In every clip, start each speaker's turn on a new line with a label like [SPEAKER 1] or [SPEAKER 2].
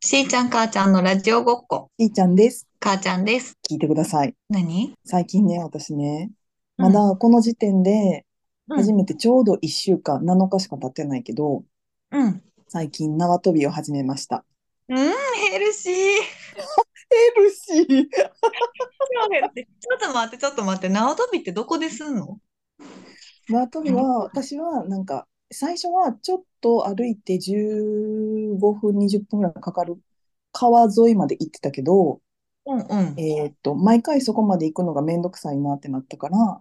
[SPEAKER 1] しーちゃん、母ちゃんのラジオごっこ。
[SPEAKER 2] しーちゃんです。
[SPEAKER 1] 母ちゃんです。
[SPEAKER 2] 聞いてください。
[SPEAKER 1] 何
[SPEAKER 2] 最近ね、私ね、
[SPEAKER 1] うん
[SPEAKER 2] まだこの時点で、
[SPEAKER 1] うん
[SPEAKER 2] 初めてちょうど1週間、7日しか経ってないけど、
[SPEAKER 1] うん。
[SPEAKER 2] 最近縄跳びを始めました。
[SPEAKER 1] うん、ヘルシー。
[SPEAKER 2] ヘルシー
[SPEAKER 1] ちょっと待って、ちょっと待って。縄跳びってどこですんの
[SPEAKER 2] 縄跳び
[SPEAKER 1] うん
[SPEAKER 2] は、私はなんか、最初はちょっと歩いて15分、20分ぐらいかかる川沿いまで行ってたけど、
[SPEAKER 1] うんうん。
[SPEAKER 2] えーっと、毎回そこまで行くのがめんどくさいなってなったから、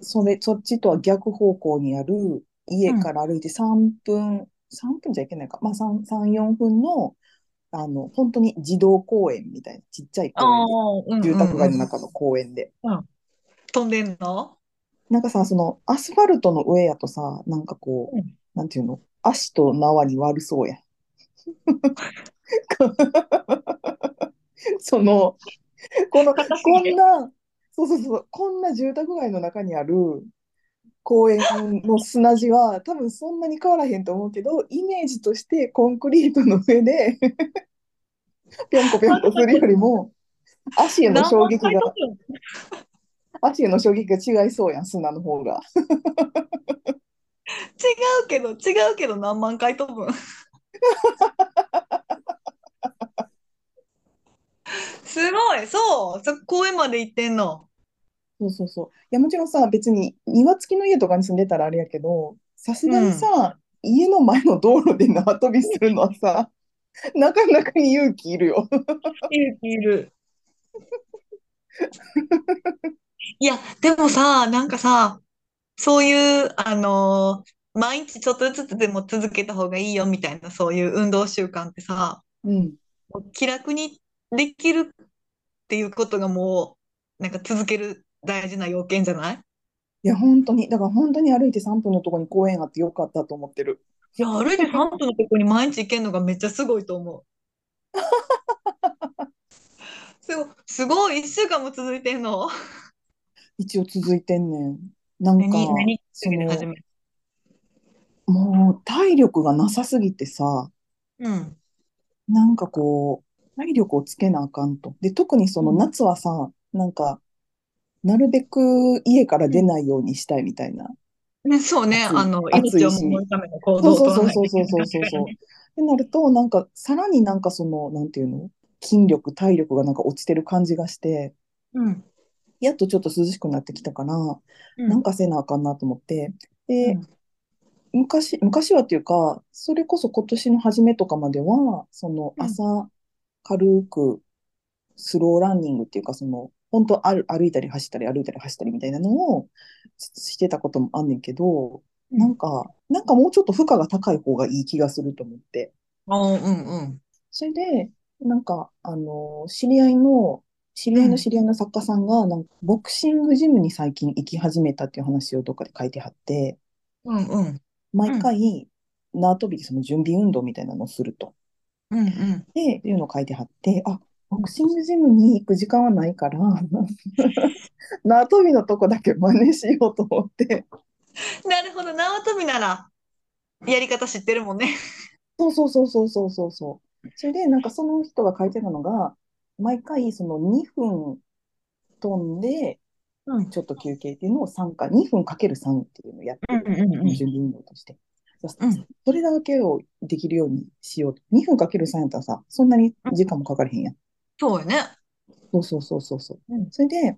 [SPEAKER 2] それ、そっちとは逆方向にある、家から歩いて3分、3分じゃいけないか、まあ3、3、4分の、あの、本当に児童公園みたいな、ちっちゃい公園で、
[SPEAKER 1] ー、うんうんうん
[SPEAKER 2] 住宅街の中の公園で。
[SPEAKER 1] 飛んでんの
[SPEAKER 2] なんかさ、その、アスファルトの上やとさ、なんかこう
[SPEAKER 1] うん、
[SPEAKER 2] なんていうの、足と縄に悪そうやん。 その、この、
[SPEAKER 1] 硬す
[SPEAKER 2] こ
[SPEAKER 1] ぎ
[SPEAKER 2] んな、そうそうそう、こんな住宅街の中にある公園の砂地は、多分そんなに変わらへんと思うけど、イメージとしてコンクリートの上で ぴょんこぴょんこするよりも、足への衝撃が、足への衝撃が違いそうやん、砂の方が。
[SPEAKER 1] 違うけど、違うけど何万回飛 ぶんすごい、そう、そ公園まで行ってんの。
[SPEAKER 2] そうそうそう。いや、もちろんさ、別に庭付きの家とかに住んでたらあれやけど、さすがにさ、家の前の道路で縄跳びするのはさ、 なかなかに勇気いるよ。
[SPEAKER 1] いるいる。 いや、でもさ、なんかさ、そういう、あのー毎日ちょっとずつでも続けた方がいいよみたいな、そういう運動習慣ってさ、
[SPEAKER 2] うん。
[SPEAKER 1] もう気楽にできるっていうことがもう、なんか続ける大事な要件じゃない
[SPEAKER 2] いや、本当に、だから本当に歩いて3分のとこに公園あってよかったと思ってる。
[SPEAKER 1] いや、歩いて3分のとこに毎日行けるのがめっちゃすごいと思う。 すご、すごい、1週間も続いてんの。
[SPEAKER 2] 一応続いてんねん。なんか、
[SPEAKER 1] 何、何きっか
[SPEAKER 2] そ
[SPEAKER 1] けで
[SPEAKER 2] の、
[SPEAKER 1] 始めた
[SPEAKER 2] もう体力がなさすぎてさ、
[SPEAKER 1] うん。
[SPEAKER 2] なんかこう、体力をつけなあかんと。で、特にその
[SPEAKER 1] うん
[SPEAKER 2] 夏はさ、なんか、なるべく家から出ないようにしたいみたいな。
[SPEAKER 1] ね、そうね、
[SPEAKER 2] 暑い
[SPEAKER 1] あの、
[SPEAKER 2] 暑い
[SPEAKER 1] 命
[SPEAKER 2] し
[SPEAKER 1] を守るための行
[SPEAKER 2] そ
[SPEAKER 1] 動
[SPEAKER 2] う
[SPEAKER 1] を
[SPEAKER 2] そ
[SPEAKER 1] 取
[SPEAKER 2] う
[SPEAKER 1] らないと
[SPEAKER 2] そうそう
[SPEAKER 1] いけ
[SPEAKER 2] そ
[SPEAKER 1] ない
[SPEAKER 2] うそうそうそう。ってなると、なんか、さらになんかその、なんていうの筋力、体力がなんか落ちてる感じがして、
[SPEAKER 1] うん。
[SPEAKER 2] やっとちょっと涼しくなってきたから、
[SPEAKER 1] うん
[SPEAKER 2] なんかせなあかんなと思って。で、
[SPEAKER 1] うん
[SPEAKER 2] 昔、昔はっていうか、それこそ今年の初めとかまでは、その
[SPEAKER 1] うん
[SPEAKER 2] 朝軽くスローランニングっていうか、その、本当歩、歩いたり走ったり歩いたり走ったりみたいなのをししてたこともあんねんけど、
[SPEAKER 1] うん
[SPEAKER 2] なんか、なんかもうちょっと負荷が高い方がいい気がすると思って。
[SPEAKER 1] あーうんうん。
[SPEAKER 2] それで、なんか、あの、知り合いの、知り合いの知り合いの作家さんが、なんかボクシングジムに最近行き始めたっていう話をどっかで書いてはって、
[SPEAKER 1] うんうん。
[SPEAKER 2] 毎回、縄跳びでその準備運動みたいなのをすると。
[SPEAKER 1] うんうん。
[SPEAKER 2] で、いうのを書いてはって、あ、ボクシングジムに行く時間はないから、 縄跳びのとこだけ真似しようと思って。
[SPEAKER 1] なるほど、縄跳びなら、やり方知ってるもんね。
[SPEAKER 2] そうそうそうそうそうそうそう。それで、なんかその人が書いてたのが、毎回その2分飛んで、
[SPEAKER 1] うん。
[SPEAKER 2] ちょっと休憩っていうのを3か、2分かける3っていうのをやって
[SPEAKER 1] うん
[SPEAKER 2] る、
[SPEAKER 1] うんうん。
[SPEAKER 2] 準備運動として。
[SPEAKER 1] うん
[SPEAKER 2] それだけをできるようにしようと。2分かける3やったらさ、そんなに時間もかかれへんやん。
[SPEAKER 1] そうよね。
[SPEAKER 2] そうそうそうそうそう。
[SPEAKER 1] うん
[SPEAKER 2] それで、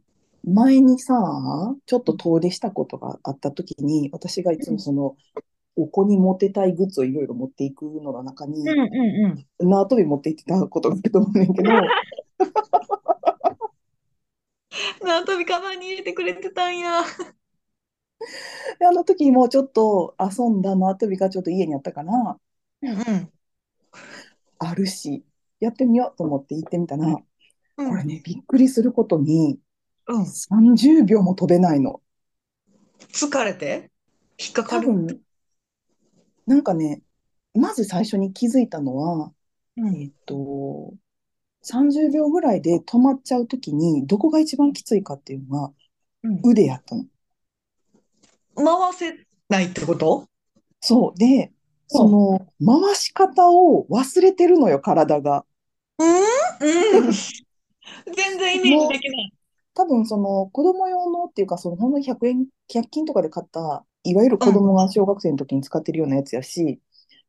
[SPEAKER 2] 前にさ、ちょっと遠出したことがあった時に、私がいつもその、お子にモテたいグッズをいろいろ持っていくのの中に、
[SPEAKER 1] うんうんうん。
[SPEAKER 2] 縄跳び持って行ってたことがあると思うねんけど、
[SPEAKER 1] 縄跳びカバンに入れてくれてたんや。
[SPEAKER 2] であの時もちょっと遊んだ縄跳びがちょっと家にあったから、
[SPEAKER 1] うんうん。
[SPEAKER 2] あるし、やってみようと思って行ってみたら、
[SPEAKER 1] う
[SPEAKER 2] これ
[SPEAKER 1] ん
[SPEAKER 2] ね、びっくりすることに、
[SPEAKER 1] うん。
[SPEAKER 2] 30秒も飛べないの。
[SPEAKER 1] 疲れて引っかか
[SPEAKER 2] 多
[SPEAKER 1] る。
[SPEAKER 2] 分、なんかね、まず最初に気づいたのは、
[SPEAKER 1] う
[SPEAKER 2] えっと、30秒ぐらいで止まっちゃうときに、どこが一番きついかっていうのが、
[SPEAKER 1] うん
[SPEAKER 2] 腕やったの。
[SPEAKER 1] 回せないってこと
[SPEAKER 2] そう。で、その、回し方を忘れてるのよ、体が。
[SPEAKER 1] うんうん。 全然イメージできない。
[SPEAKER 2] 多分その子供用のっていうかそのほんの100円、100均とかで買ったいわゆる子供が小学生の時に使ってるようなやつやし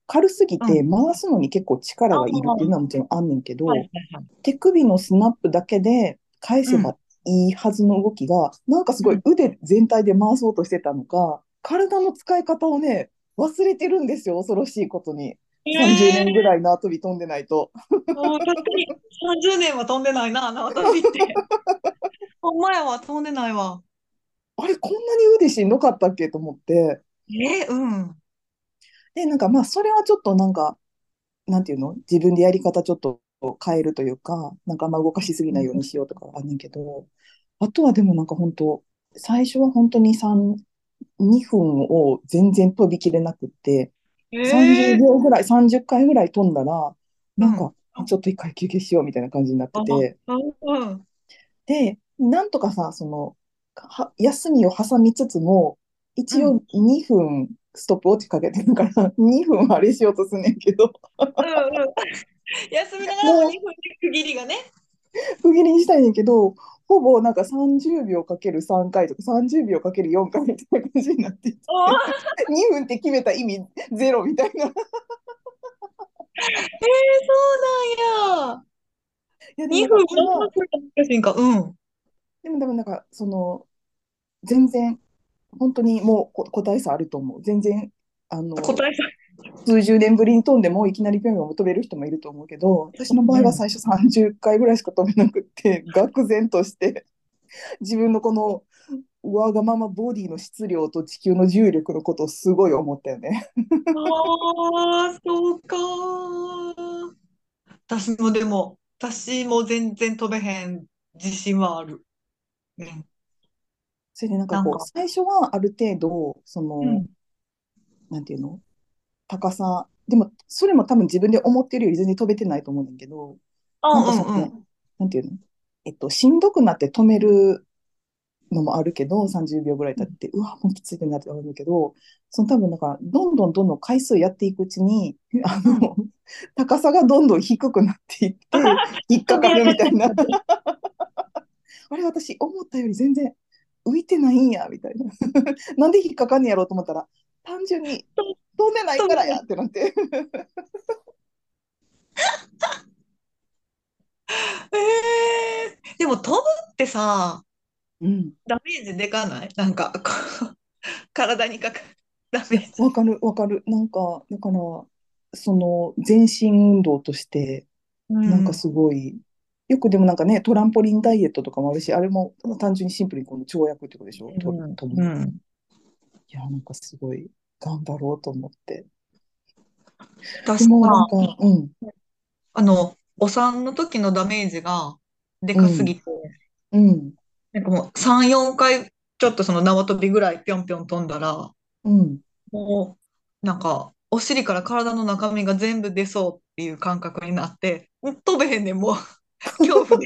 [SPEAKER 2] 軽すぎて
[SPEAKER 1] う
[SPEAKER 2] 回すのに結構力がいるっていうのはもちろんあんねんけど
[SPEAKER 1] はいはいはい。
[SPEAKER 2] 手首のスナップだけで返せばいいはずの動きがなんかすごい腕全体で回そうとしてたのか体の使い方をね忘れてるんですよ恐ろしいことに30年ぐらい縄跳び飛んでないと。
[SPEAKER 1] えーもう確かに30年は飛んでないな、縄跳び って。ほんまやわ、飛んでないわ。
[SPEAKER 2] あれこんなに腕しんどかったっけと思って。
[SPEAKER 1] えー、うん。
[SPEAKER 2] で、なんかまあ、それはちょっとなんか、なんていうの自分でやり方ちょっと変えるというか、なんかあんま動かしすぎないようにしようとかはあんねんけど、あとはでもなんか本当、最初は本当に3、2分を全然飛びきれなくって、
[SPEAKER 1] え
[SPEAKER 2] 30
[SPEAKER 1] ー、
[SPEAKER 2] 秒ぐらい、30回ぐらい飛んだら、なんか、
[SPEAKER 1] うん
[SPEAKER 2] あちょっと一回休憩しようみたいな感じになってて、
[SPEAKER 1] うん。
[SPEAKER 2] で、なんとかさ、その、は休みを挟みつつも、一応2分ストップウォッチかけてるから、2分あ れしようとすんねんけど、
[SPEAKER 1] うんうん。休みながらも2分で区切りがね。
[SPEAKER 2] 区切りにしたいねんけど、ほぼなんか30秒かける3回とか30秒かける4回みたいな感じになって、
[SPEAKER 1] おー
[SPEAKER 2] 2分って決めた意味ゼロみたいな。
[SPEAKER 1] え
[SPEAKER 2] い
[SPEAKER 1] ー、そうなんや。
[SPEAKER 2] やでもな
[SPEAKER 1] 2
[SPEAKER 2] ん
[SPEAKER 1] 分
[SPEAKER 2] かこれは、
[SPEAKER 1] するの難しいんか。うん。
[SPEAKER 2] でもでもなんかその、全然、本当にもうこ個体差あると思う。全然、あの、
[SPEAKER 1] 答えさ。
[SPEAKER 2] 数十年ぶりに飛んでもいきなりぴょんぴょん飛べる人もいると思うけど、私の場合は最初30回ぐらいしか飛べなく って、愕然として、自分のこの、わがままボディの質量と地球の重力のことをすごい思ったよね。
[SPEAKER 1] ああ、そうかー。私もでも、私も全然飛べへん自信はある。ね
[SPEAKER 2] それでなんか
[SPEAKER 1] なん
[SPEAKER 2] こう
[SPEAKER 1] か
[SPEAKER 2] 最初はある程度そうの
[SPEAKER 1] ん。
[SPEAKER 2] なんていうの高さでもそれも多分自分で思ってるより全然飛べてないと思うねんだけどなんか
[SPEAKER 1] あ、
[SPEAKER 2] そ
[SPEAKER 1] うんう
[SPEAKER 2] の
[SPEAKER 1] ん。
[SPEAKER 2] なんていうのえっとしんどくなって止めるのもあるけど30秒ぐらい経ってうわもうきついってなって思うんだけどその多分なんかどんどんどんどん回数やっていくうちにあ
[SPEAKER 1] うん
[SPEAKER 2] の高さがどんどん低くなっていって引っか
[SPEAKER 1] 飛び
[SPEAKER 2] か
[SPEAKER 1] 上
[SPEAKER 2] る
[SPEAKER 1] が
[SPEAKER 2] み
[SPEAKER 1] って
[SPEAKER 2] たい
[SPEAKER 1] く
[SPEAKER 2] な
[SPEAKER 1] る。
[SPEAKER 2] あれ私思ったより全然浮いてないんやみたいな なんで引っかかんねやろうと思ったら単純に飛んでない
[SPEAKER 1] 飛
[SPEAKER 2] か
[SPEAKER 1] べ
[SPEAKER 2] ら
[SPEAKER 1] な
[SPEAKER 2] や
[SPEAKER 1] い。
[SPEAKER 2] ってなって
[SPEAKER 1] えー、でも飛ぶってさ、
[SPEAKER 2] うん
[SPEAKER 1] ダメージでかないなんか、 こう、体にかかるダメ
[SPEAKER 2] いや
[SPEAKER 1] ージ。
[SPEAKER 2] わかるわかるなんかだからその全身運動として
[SPEAKER 1] う
[SPEAKER 2] なんか
[SPEAKER 1] ん。
[SPEAKER 2] すごいよくでもなんかねトランポリンダイエットとかもあるしあれも単純にシンプルにこの跳躍ってことでしょ
[SPEAKER 1] う
[SPEAKER 2] と
[SPEAKER 1] ん。
[SPEAKER 2] 飛ぶ
[SPEAKER 1] う
[SPEAKER 2] の
[SPEAKER 1] ん。
[SPEAKER 2] いやなんかすごい頑張ろうと思ってで
[SPEAKER 1] 私
[SPEAKER 2] もなん
[SPEAKER 1] さ、
[SPEAKER 2] かうん
[SPEAKER 1] あの、お産の時のダメージがで
[SPEAKER 2] う
[SPEAKER 1] かす
[SPEAKER 2] ん
[SPEAKER 1] ぎて、
[SPEAKER 2] うん
[SPEAKER 1] なんかもう3、4回、ちょっとその縄跳びぐらいぴょんぴょん飛んだら、
[SPEAKER 2] うん
[SPEAKER 1] もう、なんか、お尻から体の中身が全部出そうっていう感覚になって、うん飛べへんねん、 もう、恐怖で。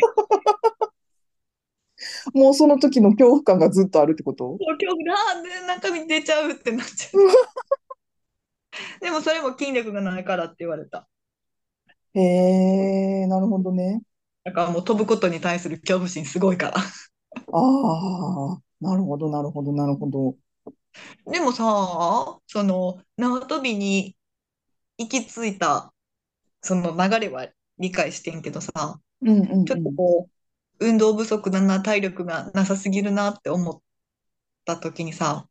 [SPEAKER 2] もうその時の恐怖感がずっとあるってこと
[SPEAKER 1] もう恐怖で、あーで中身出ちゃうってなっちゃ
[SPEAKER 2] う わ
[SPEAKER 1] う。でもそれも筋力がないからって言われた。
[SPEAKER 2] へえ、なるほどね。
[SPEAKER 1] だからもう飛ぶことに対する恐怖心すごいから。
[SPEAKER 2] ああ、なるほど、なるほど、なるほど。
[SPEAKER 1] でもさ、その縄跳びに行き着いたその流れは理解してんけどさ、
[SPEAKER 2] うんう
[SPEAKER 1] ちょっと
[SPEAKER 2] ん
[SPEAKER 1] こう、運動不足だな、体力がなさすぎるなって思った時にさ、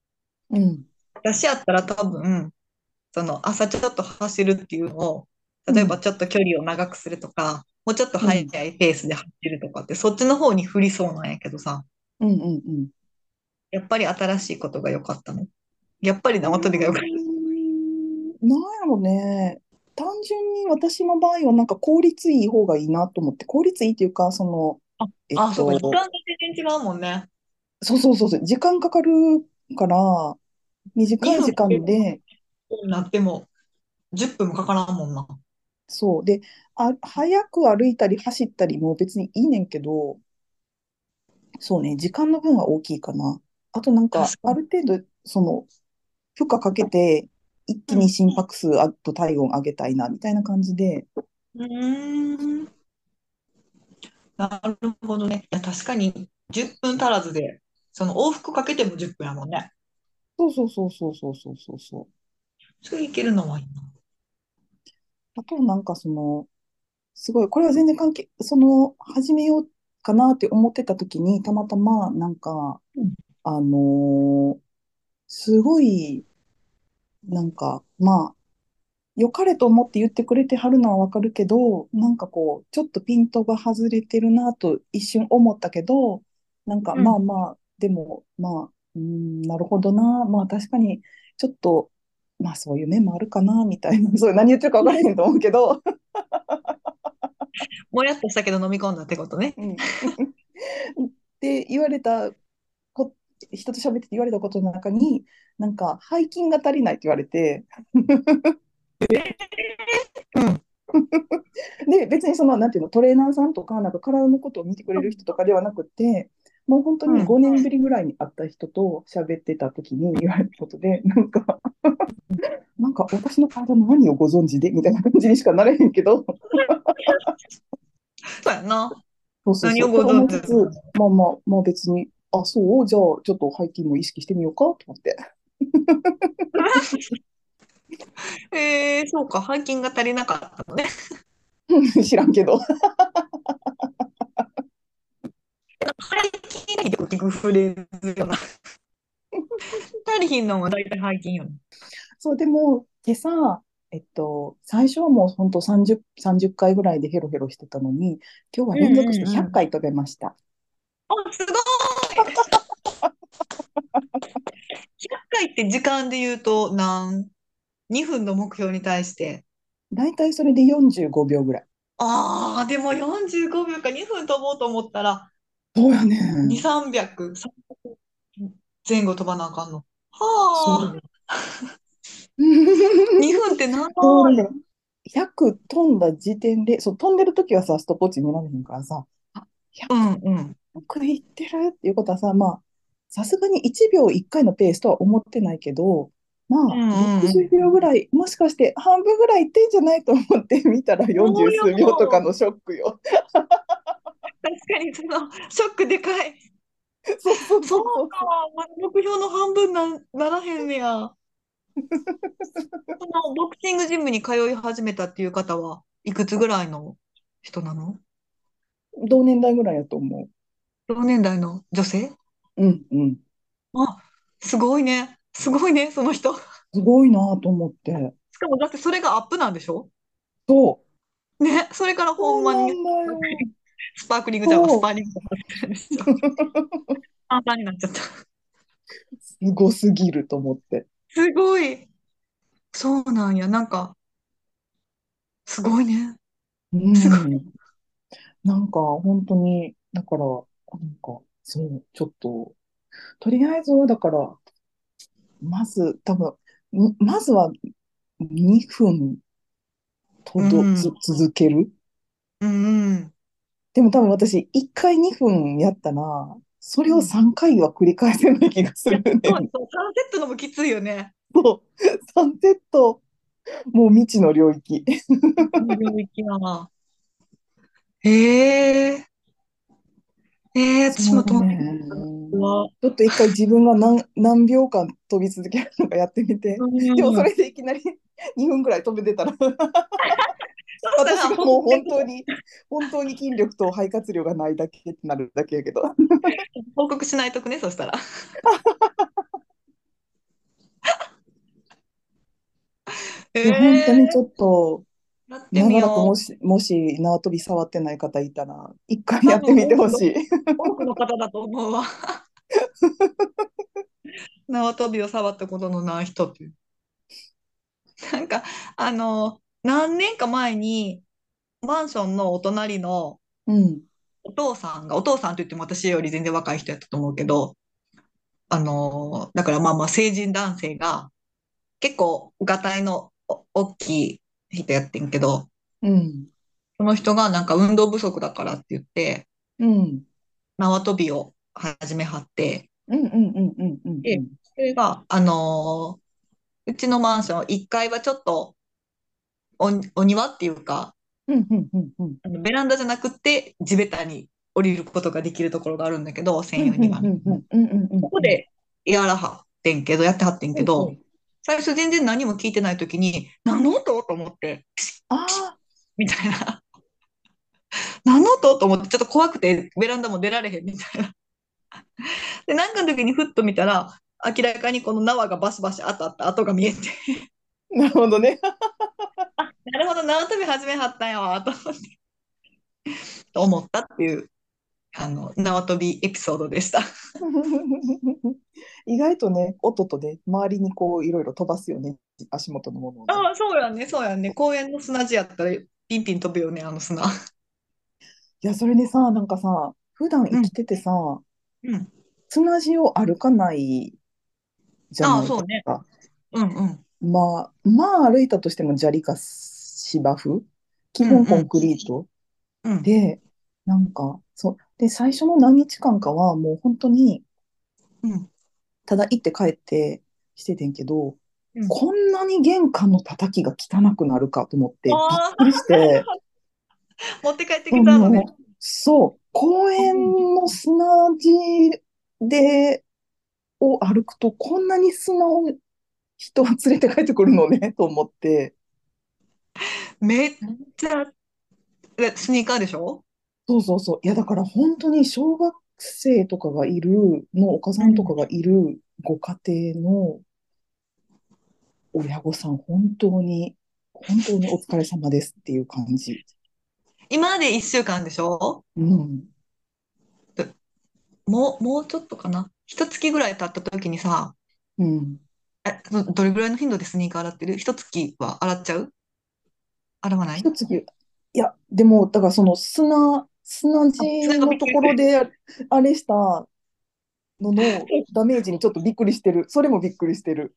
[SPEAKER 2] うん。うん
[SPEAKER 1] 私やったら多分、その朝ちょっと走るっていうのを、
[SPEAKER 2] う
[SPEAKER 1] 例えば
[SPEAKER 2] ん
[SPEAKER 1] ちょっと距離を長くするとか、もうちょっと
[SPEAKER 2] う
[SPEAKER 1] 速い
[SPEAKER 2] ん
[SPEAKER 1] ペースで走るとかって、そっちの方に振りそうなんやけどさ、
[SPEAKER 2] うんうん
[SPEAKER 1] やっぱり新しいことが良かったの。やっぱり
[SPEAKER 2] う
[SPEAKER 1] 縄跳びが良かった。
[SPEAKER 2] ん。うーん、なんやろね。単純に私の場合はなんか効率いい方がいいなと思って、効率いいっていうか、その、えっ
[SPEAKER 1] あ、あ、そうか、時間
[SPEAKER 2] と、
[SPEAKER 1] が全然違うもんね。
[SPEAKER 2] そうそうそうそう、時間かかるから、短い
[SPEAKER 1] 2分
[SPEAKER 2] 時
[SPEAKER 1] かけ
[SPEAKER 2] 間
[SPEAKER 1] る
[SPEAKER 2] で、
[SPEAKER 1] ようになっても10分もかからんもんな。
[SPEAKER 2] そう。で、あ、早く歩いたり走ったりも別にいいねんけど、そうね、時間の分は大きいかな。あとなん
[SPEAKER 1] 確
[SPEAKER 2] か、
[SPEAKER 1] か
[SPEAKER 2] あ
[SPEAKER 1] に。
[SPEAKER 2] る程度、その、負荷かけて、一
[SPEAKER 1] う
[SPEAKER 2] 気に
[SPEAKER 1] ん。
[SPEAKER 2] 心拍数あと体温上げたいな、みたいな感じで。
[SPEAKER 1] うーん。なるほどね。いや、確かに10分足らずで、その往復かけても10分やもんね。
[SPEAKER 2] そうそうそうそうそうそうそうそう。
[SPEAKER 1] それいけるのはいいな。
[SPEAKER 2] あとなんかその、すごい、これは全然関係、その、始めようかなって思ってた時に、たまたま、なんか、
[SPEAKER 1] うん。
[SPEAKER 2] あのーすごい、なんか、まあ、良かれと思って言ってくれてはるのはわかるけど、なんかこう、ちょっとピントが外れてるなと一瞬思ったけど、なんか
[SPEAKER 1] う
[SPEAKER 2] まあ
[SPEAKER 1] ん。
[SPEAKER 2] まあ、でも、まあ、うーん、なるほどな、まあ確かに、ちょっと、まあそういう面もあるかな、みたいな、 そう、何言ってるかわからへんと思うけど、
[SPEAKER 1] もやっとしたけど飲み込んだってことね。
[SPEAKER 2] うん。って言われたこ、人と喋ってて言われたことの中に、なんか、背筋が足りないって言われて、
[SPEAKER 1] うん。
[SPEAKER 2] で、別にその、なんていうの、トレーナーさんとか、なんか体のことを見てくれる人とかではなくて、もう本当
[SPEAKER 1] う
[SPEAKER 2] に
[SPEAKER 1] ん。
[SPEAKER 2] 5年ぶりぐらいに会った人と喋ってた時に言われたことで、なんか、なんか私の体の何をご存知でみたいな感じにしかなれへんけど、
[SPEAKER 1] そうや な。
[SPEAKER 2] そうそう
[SPEAKER 1] 何
[SPEAKER 2] そ
[SPEAKER 1] を
[SPEAKER 2] う、
[SPEAKER 1] ご
[SPEAKER 2] と
[SPEAKER 1] 存知
[SPEAKER 2] 思い
[SPEAKER 1] で
[SPEAKER 2] つつ、まあまあ、まあ別に、あ、そう、じゃあちょっと背筋も意識してみようかと思って。
[SPEAKER 1] えー、そうか、背筋が足りなかったのね。
[SPEAKER 2] 知らんけど。
[SPEAKER 1] 背筋って結局触れるよな。足りひんのは大体背筋よね。
[SPEAKER 2] そう、でも、今朝、えっと、最初はもう本当30、30回ぐらいでヘロヘロしてたのに、今日は
[SPEAKER 1] う
[SPEAKER 2] 連続し
[SPEAKER 1] ん
[SPEAKER 2] て
[SPEAKER 1] うんう
[SPEAKER 2] 100
[SPEAKER 1] ん。
[SPEAKER 2] 回飛べました。
[SPEAKER 1] あ、すごい。100回って時間で言うと何 ?2 分の目標に対して。
[SPEAKER 2] 大体それで45秒ぐらい。
[SPEAKER 1] ああ、でも45秒か2分飛ぼうと思ったら、
[SPEAKER 2] そうやね
[SPEAKER 1] 2、
[SPEAKER 2] ん。
[SPEAKER 1] 300、300前後飛ばなあかんの。
[SPEAKER 2] そ
[SPEAKER 1] は
[SPEAKER 2] う。
[SPEAKER 1] あ、2分って長
[SPEAKER 2] そう、だ
[SPEAKER 1] い。
[SPEAKER 2] から、100飛んだ時点で、そう、飛んでる時はさ、ストップウォッチ見られへんからさ、あ、
[SPEAKER 1] う
[SPEAKER 2] 100、
[SPEAKER 1] んうん。
[SPEAKER 2] 100いってるっていうことはさ、まあ、さすがに1秒1回のペースとは思ってないけど、
[SPEAKER 1] う
[SPEAKER 2] まあ、
[SPEAKER 1] んうんう
[SPEAKER 2] 60
[SPEAKER 1] ん。
[SPEAKER 2] 秒ぐらい、もしかして半分ぐらいいってんじゃないと思って見たら
[SPEAKER 1] 思
[SPEAKER 2] 40
[SPEAKER 1] う
[SPEAKER 2] 数秒とか
[SPEAKER 1] よ。
[SPEAKER 2] のショックよ。
[SPEAKER 1] 確かにそのショックでかい。
[SPEAKER 2] そうそ う
[SPEAKER 1] そう
[SPEAKER 2] そうそうそう。
[SPEAKER 1] か、まだ目標の半分なんならへんね や。そのボクシングジムに通い始めたっていう方はいくつぐらいの人なの
[SPEAKER 2] 同年代ぐらいやと思
[SPEAKER 1] 同年代の女性
[SPEAKER 2] う。うんうん。
[SPEAKER 1] あ、すごいね。すごいね、その人。
[SPEAKER 2] すごいなと思って。
[SPEAKER 1] しかもだってそれがアップなんでしょ
[SPEAKER 2] そう。
[SPEAKER 1] ね、それからほ
[SPEAKER 2] そ
[SPEAKER 1] ん
[SPEAKER 2] う
[SPEAKER 1] ま
[SPEAKER 2] な
[SPEAKER 1] に
[SPEAKER 2] んだよ。
[SPEAKER 1] スパークリングちゃうわ、ス
[SPEAKER 2] そ
[SPEAKER 1] パ
[SPEAKER 2] う。
[SPEAKER 1] ーリングじゃないで しょ。簡単になっちゃった。
[SPEAKER 2] すごすぎると思って。
[SPEAKER 1] すごい。そうなんや。なんか、すごいね。
[SPEAKER 2] う
[SPEAKER 1] すごい。
[SPEAKER 2] ん。なんか、本当に、だから、なんか、そう、ちょっと、とりあえずは、だから、まず、多分、んまずは2分と
[SPEAKER 1] う
[SPEAKER 2] ど、つ、
[SPEAKER 1] ん、
[SPEAKER 2] 続ける。
[SPEAKER 1] うん、うん。
[SPEAKER 2] でも多分私、1回2分やったら、それ
[SPEAKER 1] う
[SPEAKER 2] を
[SPEAKER 1] ん
[SPEAKER 2] 3回は繰り返せない気がす
[SPEAKER 1] いや、
[SPEAKER 2] るね
[SPEAKER 1] そ
[SPEAKER 2] ん。
[SPEAKER 1] う、そう、サンセットのもきついよね。
[SPEAKER 2] そう、3セット、もう未知の領域。
[SPEAKER 1] の領域やな。ええええ私
[SPEAKER 2] そ
[SPEAKER 1] も
[SPEAKER 2] う
[SPEAKER 1] 飛んで
[SPEAKER 2] ね。
[SPEAKER 1] るわ。
[SPEAKER 2] ちょっと一回自分が何、何秒間飛び続けるのかやってみて。
[SPEAKER 1] う
[SPEAKER 2] でもそ
[SPEAKER 1] ん。
[SPEAKER 2] れでいきなり2分くらい飛べてたら
[SPEAKER 1] そした
[SPEAKER 2] 私
[SPEAKER 1] ら、
[SPEAKER 2] が
[SPEAKER 1] ほん
[SPEAKER 2] もう
[SPEAKER 1] ま
[SPEAKER 2] 本
[SPEAKER 1] に
[SPEAKER 2] 当に、本当に筋力と肺活量がないだけってなるだけやけど。
[SPEAKER 1] 報告しないとくね、そしたら。
[SPEAKER 2] いや、本当に
[SPEAKER 1] え
[SPEAKER 2] ち
[SPEAKER 1] え
[SPEAKER 2] ょっと、
[SPEAKER 1] やってみ
[SPEAKER 2] 長らくも
[SPEAKER 1] よう。
[SPEAKER 2] し、もし縄跳び触ってない方いたら、一回
[SPEAKER 1] 多
[SPEAKER 2] やって
[SPEAKER 1] 分
[SPEAKER 2] みて
[SPEAKER 1] 多
[SPEAKER 2] ほ
[SPEAKER 1] く
[SPEAKER 2] し
[SPEAKER 1] の、
[SPEAKER 2] い。
[SPEAKER 1] 多くの方だと思うわ。縄跳びを触ったことのない人っていう。なんか、あの、何年か前に、マンションのお隣の
[SPEAKER 2] うん。
[SPEAKER 1] お父さんが、お父さんと言っても私より全然若い人やったと思うけど、あの、だからまあまあ成人男性が、結構がたいのお大きい人やってんけど、
[SPEAKER 2] うん。
[SPEAKER 1] その人がなんか運動不足だからって言って、
[SPEAKER 2] うん。
[SPEAKER 1] 縄跳びを始めはって、
[SPEAKER 2] うんうんうんうんうんう
[SPEAKER 1] で、
[SPEAKER 2] ん。
[SPEAKER 1] それが、あのーうちのマンション1階はちょっとお、お庭っていうか、
[SPEAKER 2] うんうんうんうん。
[SPEAKER 1] あのベランダじゃなくって地べたに降りることができるところがあるんだけど、
[SPEAKER 2] う
[SPEAKER 1] 専
[SPEAKER 2] ん
[SPEAKER 1] 用
[SPEAKER 2] うん
[SPEAKER 1] 庭
[SPEAKER 2] う
[SPEAKER 1] の。
[SPEAKER 2] んうんうんうんうん
[SPEAKER 1] ここでやらはってんけど、やってはってん
[SPEAKER 2] う
[SPEAKER 1] け
[SPEAKER 2] んう
[SPEAKER 1] ど、
[SPEAKER 2] ん。
[SPEAKER 1] 最初全然何も聞いてない時に、何の音と思って、
[SPEAKER 2] あ
[SPEAKER 1] みたいな。何の音と思って、ちょっと怖くてベランダも出られへんみたいな。で、なんかの時にふっと見たら、明らかにこの縄がバシバシ当たった跡が見えて、
[SPEAKER 2] あ、なるほどね。
[SPEAKER 1] なるほど、縄跳び始めはったんやわ、と思ったっていう、あの、縄跳びエピソードでした。
[SPEAKER 2] 意外とね、音とね、周りにこういろいろ飛ばすよね、足元のものをね。
[SPEAKER 1] ああ、そうやね、そうやね。公園の砂地やったら、ピンピン飛ぶよね、あの砂。
[SPEAKER 2] いや、それでさ、なんかさ、普段
[SPEAKER 1] う
[SPEAKER 2] 生き
[SPEAKER 1] ん、
[SPEAKER 2] ててさ、
[SPEAKER 1] うん。
[SPEAKER 2] 砂地を歩かないじゃ
[SPEAKER 1] ああ、
[SPEAKER 2] ない
[SPEAKER 1] そ
[SPEAKER 2] で
[SPEAKER 1] う
[SPEAKER 2] す
[SPEAKER 1] ね。
[SPEAKER 2] か。
[SPEAKER 1] うんうん。
[SPEAKER 2] まあ、まあ歩いたとしても砂利か芝生、基
[SPEAKER 1] うん
[SPEAKER 2] 本コ
[SPEAKER 1] う
[SPEAKER 2] ン
[SPEAKER 1] ん。
[SPEAKER 2] クリート
[SPEAKER 1] うん。
[SPEAKER 2] で、なんか、そう。で、最初の何日間かはもう本当に、
[SPEAKER 1] うん。
[SPEAKER 2] ただ行って帰ってしててんけど、
[SPEAKER 1] うん。
[SPEAKER 2] こんなに玄関の叩きが汚くなるかと思ってびっ
[SPEAKER 1] あ
[SPEAKER 2] くりして、
[SPEAKER 1] あ、持って帰って
[SPEAKER 2] そ
[SPEAKER 1] きたのね。
[SPEAKER 2] の、そう、公
[SPEAKER 1] う
[SPEAKER 2] 園
[SPEAKER 1] ん。
[SPEAKER 2] の砂地で、を歩くと、こんなに砂を人は連れて帰ってくるのね、と思って。
[SPEAKER 1] めっちゃ、えスニーカーでしょ
[SPEAKER 2] そうそうそう。いや、だから本当に小学生とかがいる、のお子
[SPEAKER 1] う
[SPEAKER 2] さんとか
[SPEAKER 1] ん。
[SPEAKER 2] がいるご家庭の親御さん、本当に、本当にお疲れ様ですっていう感じ。
[SPEAKER 1] 今まで1週間でしょ
[SPEAKER 2] うん。
[SPEAKER 1] でもう、もうちょっとかな。一月ぐらい経った時にさ、
[SPEAKER 2] うん。
[SPEAKER 1] え、どどれぐらいの頻度でスニーカー洗ってる一月は洗っちゃう洗わない
[SPEAKER 2] 一つ言う、いや、でも、だからその砂、砂
[SPEAKER 1] あ、それ
[SPEAKER 2] 地
[SPEAKER 1] がび
[SPEAKER 2] の
[SPEAKER 1] っくり
[SPEAKER 2] とこ
[SPEAKER 1] す
[SPEAKER 2] ろ
[SPEAKER 1] る。
[SPEAKER 2] であれしたの のダメージにちょっとびっくりしてる。それもびっくりしてる。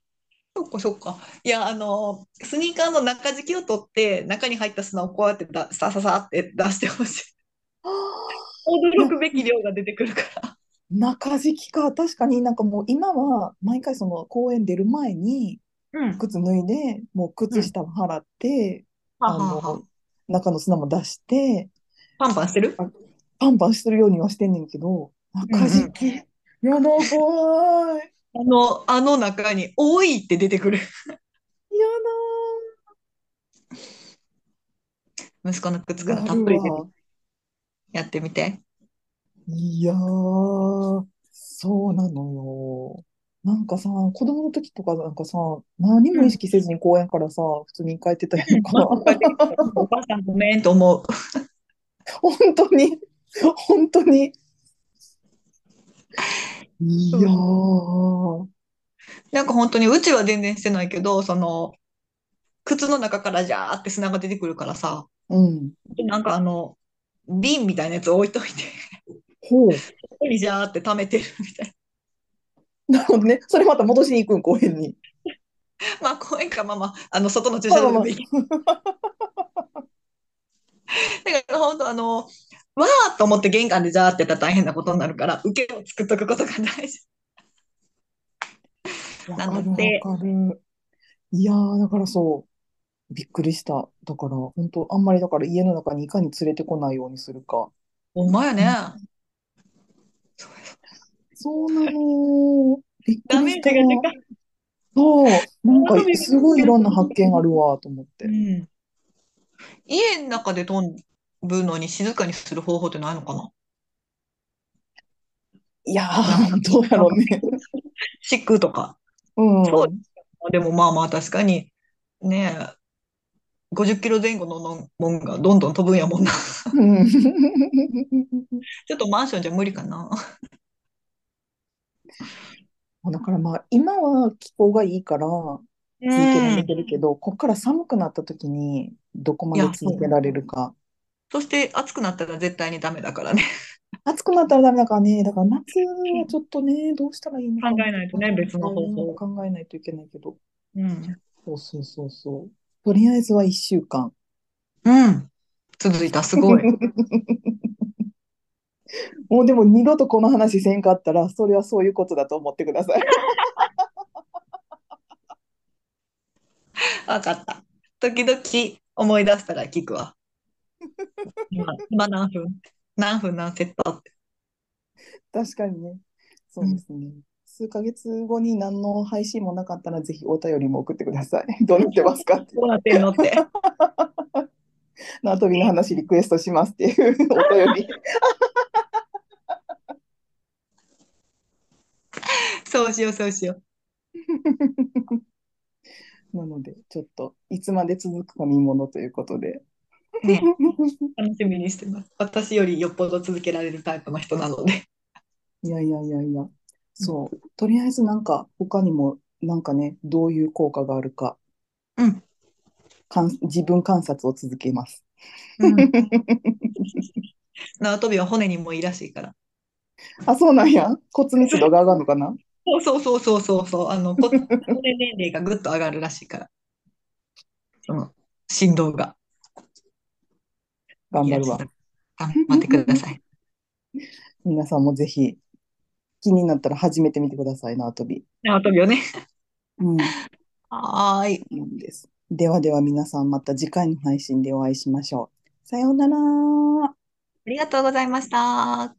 [SPEAKER 1] そっかそっか。いや、あの、スニーカーの中敷きを取って、中に入った砂をこうやってだ、さささって 出してほしい。
[SPEAKER 2] あー
[SPEAKER 1] 驚
[SPEAKER 2] な
[SPEAKER 1] くべき量が出てくるから。
[SPEAKER 2] 中敷きか、確かになんかもう今は毎回その公園出る前に
[SPEAKER 1] うん、
[SPEAKER 2] 靴脱いで、もう
[SPEAKER 1] う
[SPEAKER 2] 靴
[SPEAKER 1] ん。
[SPEAKER 2] 下を払って、
[SPEAKER 1] はあ
[SPEAKER 2] あ
[SPEAKER 1] はあ
[SPEAKER 2] の、
[SPEAKER 1] はあ。
[SPEAKER 2] 中の砂も出して、
[SPEAKER 1] パンパンしてる
[SPEAKER 2] あパンパンしてるようにはしてんねんけど、
[SPEAKER 1] うん
[SPEAKER 2] 中
[SPEAKER 1] う
[SPEAKER 2] 敷
[SPEAKER 1] ん。
[SPEAKER 2] き、やだ怖い。
[SPEAKER 1] あの、あの中に、多いって出てくる。
[SPEAKER 2] や
[SPEAKER 1] 息子の靴か
[SPEAKER 2] だ
[SPEAKER 1] ら
[SPEAKER 2] や
[SPEAKER 1] たっ
[SPEAKER 2] る
[SPEAKER 1] ぷり出て
[SPEAKER 2] わ。
[SPEAKER 1] やってみて。
[SPEAKER 2] いやー、そうなのよ。なんかさ、子供の時とかなんかさ、何
[SPEAKER 1] う
[SPEAKER 2] も意
[SPEAKER 1] ん。
[SPEAKER 2] 識せずに公園からさ、普通に帰ってたや
[SPEAKER 1] うんん まあ、帰ってきた
[SPEAKER 2] か。
[SPEAKER 1] ら、お母さんごめんと思う。
[SPEAKER 2] 本当に、本当に。い
[SPEAKER 1] そう
[SPEAKER 2] や
[SPEAKER 1] そう。
[SPEAKER 2] ー、
[SPEAKER 1] なんか本当に、うちは全然してないけど、その、靴の中からジャーって砂が出てくるからさ、
[SPEAKER 2] うん、
[SPEAKER 1] なんかあの、瓶みたいなやつ置いといて、
[SPEAKER 2] ほう。
[SPEAKER 1] そこにジャーって溜めてるみたい
[SPEAKER 2] なるほどね。それまた戻しに行くん、公園に。
[SPEAKER 1] な。まあ、公園か、まあまあ、あの、外の駐
[SPEAKER 2] まあ
[SPEAKER 1] 車
[SPEAKER 2] まあ
[SPEAKER 1] 場
[SPEAKER 2] ま
[SPEAKER 1] で
[SPEAKER 2] あ。
[SPEAKER 1] もいい。だから本当あの、わーっと思って玄関でジャーってやったら大変なことになるから、受けを作っとくことが大事
[SPEAKER 2] わ
[SPEAKER 1] な
[SPEAKER 2] か
[SPEAKER 1] の
[SPEAKER 2] る、わ
[SPEAKER 1] で、
[SPEAKER 2] かる。いやー、だからそう、びっくりした。だから、本当あんまりだから家の中にいかに連れてこないようにするか。
[SPEAKER 1] ほんまや
[SPEAKER 2] う
[SPEAKER 1] ね。
[SPEAKER 2] ん
[SPEAKER 1] そうや
[SPEAKER 2] そうなの。びっく
[SPEAKER 1] ダ
[SPEAKER 2] り
[SPEAKER 1] メ
[SPEAKER 2] し
[SPEAKER 1] ー
[SPEAKER 2] た。
[SPEAKER 1] ジがでかい。
[SPEAKER 2] そう、なんか
[SPEAKER 1] 縄跳びが
[SPEAKER 2] すごいい
[SPEAKER 1] やっ
[SPEAKER 2] ろん
[SPEAKER 1] た
[SPEAKER 2] な
[SPEAKER 1] こ
[SPEAKER 2] 発
[SPEAKER 1] と
[SPEAKER 2] 見あ
[SPEAKER 1] ない
[SPEAKER 2] るわと思っ
[SPEAKER 1] う
[SPEAKER 2] て。
[SPEAKER 1] ん。家の中で飛ぶのに静かにする方法ってないのかな。
[SPEAKER 2] いや
[SPEAKER 1] なんか、
[SPEAKER 2] ー、どうや
[SPEAKER 1] なん
[SPEAKER 2] ろ
[SPEAKER 1] か
[SPEAKER 2] うね。
[SPEAKER 1] シックとか。
[SPEAKER 2] う
[SPEAKER 1] そう。
[SPEAKER 2] ん。
[SPEAKER 1] でもまあまあ確かに、ねえ、50キロ前後ののもんがどんどん飛ぶんやもんな。
[SPEAKER 2] うん。
[SPEAKER 1] ちょっとマンションじゃ無理かな。
[SPEAKER 2] だからまあ、今は気候がいいから、
[SPEAKER 1] う
[SPEAKER 2] 続けられて
[SPEAKER 1] ん。
[SPEAKER 2] るけど、ここから寒くなった時に、どこ
[SPEAKER 1] い
[SPEAKER 2] まで
[SPEAKER 1] や、そ
[SPEAKER 2] 続け
[SPEAKER 1] う。
[SPEAKER 2] られるか。
[SPEAKER 1] そして暑くなったら絶対にダメだからね。
[SPEAKER 2] 暑くなったらダメだからね、だから夏
[SPEAKER 1] う
[SPEAKER 2] は
[SPEAKER 1] ん
[SPEAKER 2] ちょっとね、どうしたらいいの
[SPEAKER 1] 考
[SPEAKER 2] かな
[SPEAKER 1] えないと
[SPEAKER 2] とか
[SPEAKER 1] ね、別の
[SPEAKER 2] 考
[SPEAKER 1] 方法。
[SPEAKER 2] えないといけないけど。
[SPEAKER 1] うん。
[SPEAKER 2] そうそうそうそう。とりあえずは1週間。
[SPEAKER 1] うん。続いた、す ごい。
[SPEAKER 2] もうでも二度とこの話せんかったら、それはそういうことだと思ってください。
[SPEAKER 1] わかった。時々思い出したら聞くわ。今、今何分何分何セットって。、
[SPEAKER 2] 確かにね。そううんですね。数ヶ月後に何の配信もなかったら、ぜひお便りも送ってください。 どうなってますかって。
[SPEAKER 1] どうなってんのって。
[SPEAKER 2] 縄跳びの話リクエストしますっていう お便り。
[SPEAKER 1] そうしよう、そうしよう。
[SPEAKER 2] なので、ちょっといつまで続くか見ものということで。
[SPEAKER 1] ね、楽しみにしてます。私よりよっぽど続けられるタイプの人なので。
[SPEAKER 2] いやいやいやいや、
[SPEAKER 1] うん、
[SPEAKER 2] そう、とりあえずなんか他にもなんかね、どういう効果があるか、
[SPEAKER 1] うん
[SPEAKER 2] 観自分観察を続けます。
[SPEAKER 1] うん。 縄跳びは骨にもいいらしいから。
[SPEAKER 2] あ、そうなんや。骨密度が上がるのかな
[SPEAKER 1] そうそうそうそうそうそう。あ の、骨骨年齢がぐっと上がるらしいから。その振動が。い
[SPEAKER 2] 頑張
[SPEAKER 1] や、
[SPEAKER 2] る
[SPEAKER 1] ちょっと
[SPEAKER 2] わ。
[SPEAKER 1] 頑張ってくだ さい。
[SPEAKER 2] 皆さんもぜひ気になったら始めてみてください、縄跳び。
[SPEAKER 1] 縄跳びをね。
[SPEAKER 2] うん、
[SPEAKER 1] はーい。
[SPEAKER 2] なんです。ではでは皆さんまた次回の配信でお会いしましょう。さようなら。
[SPEAKER 1] ありがとうございました。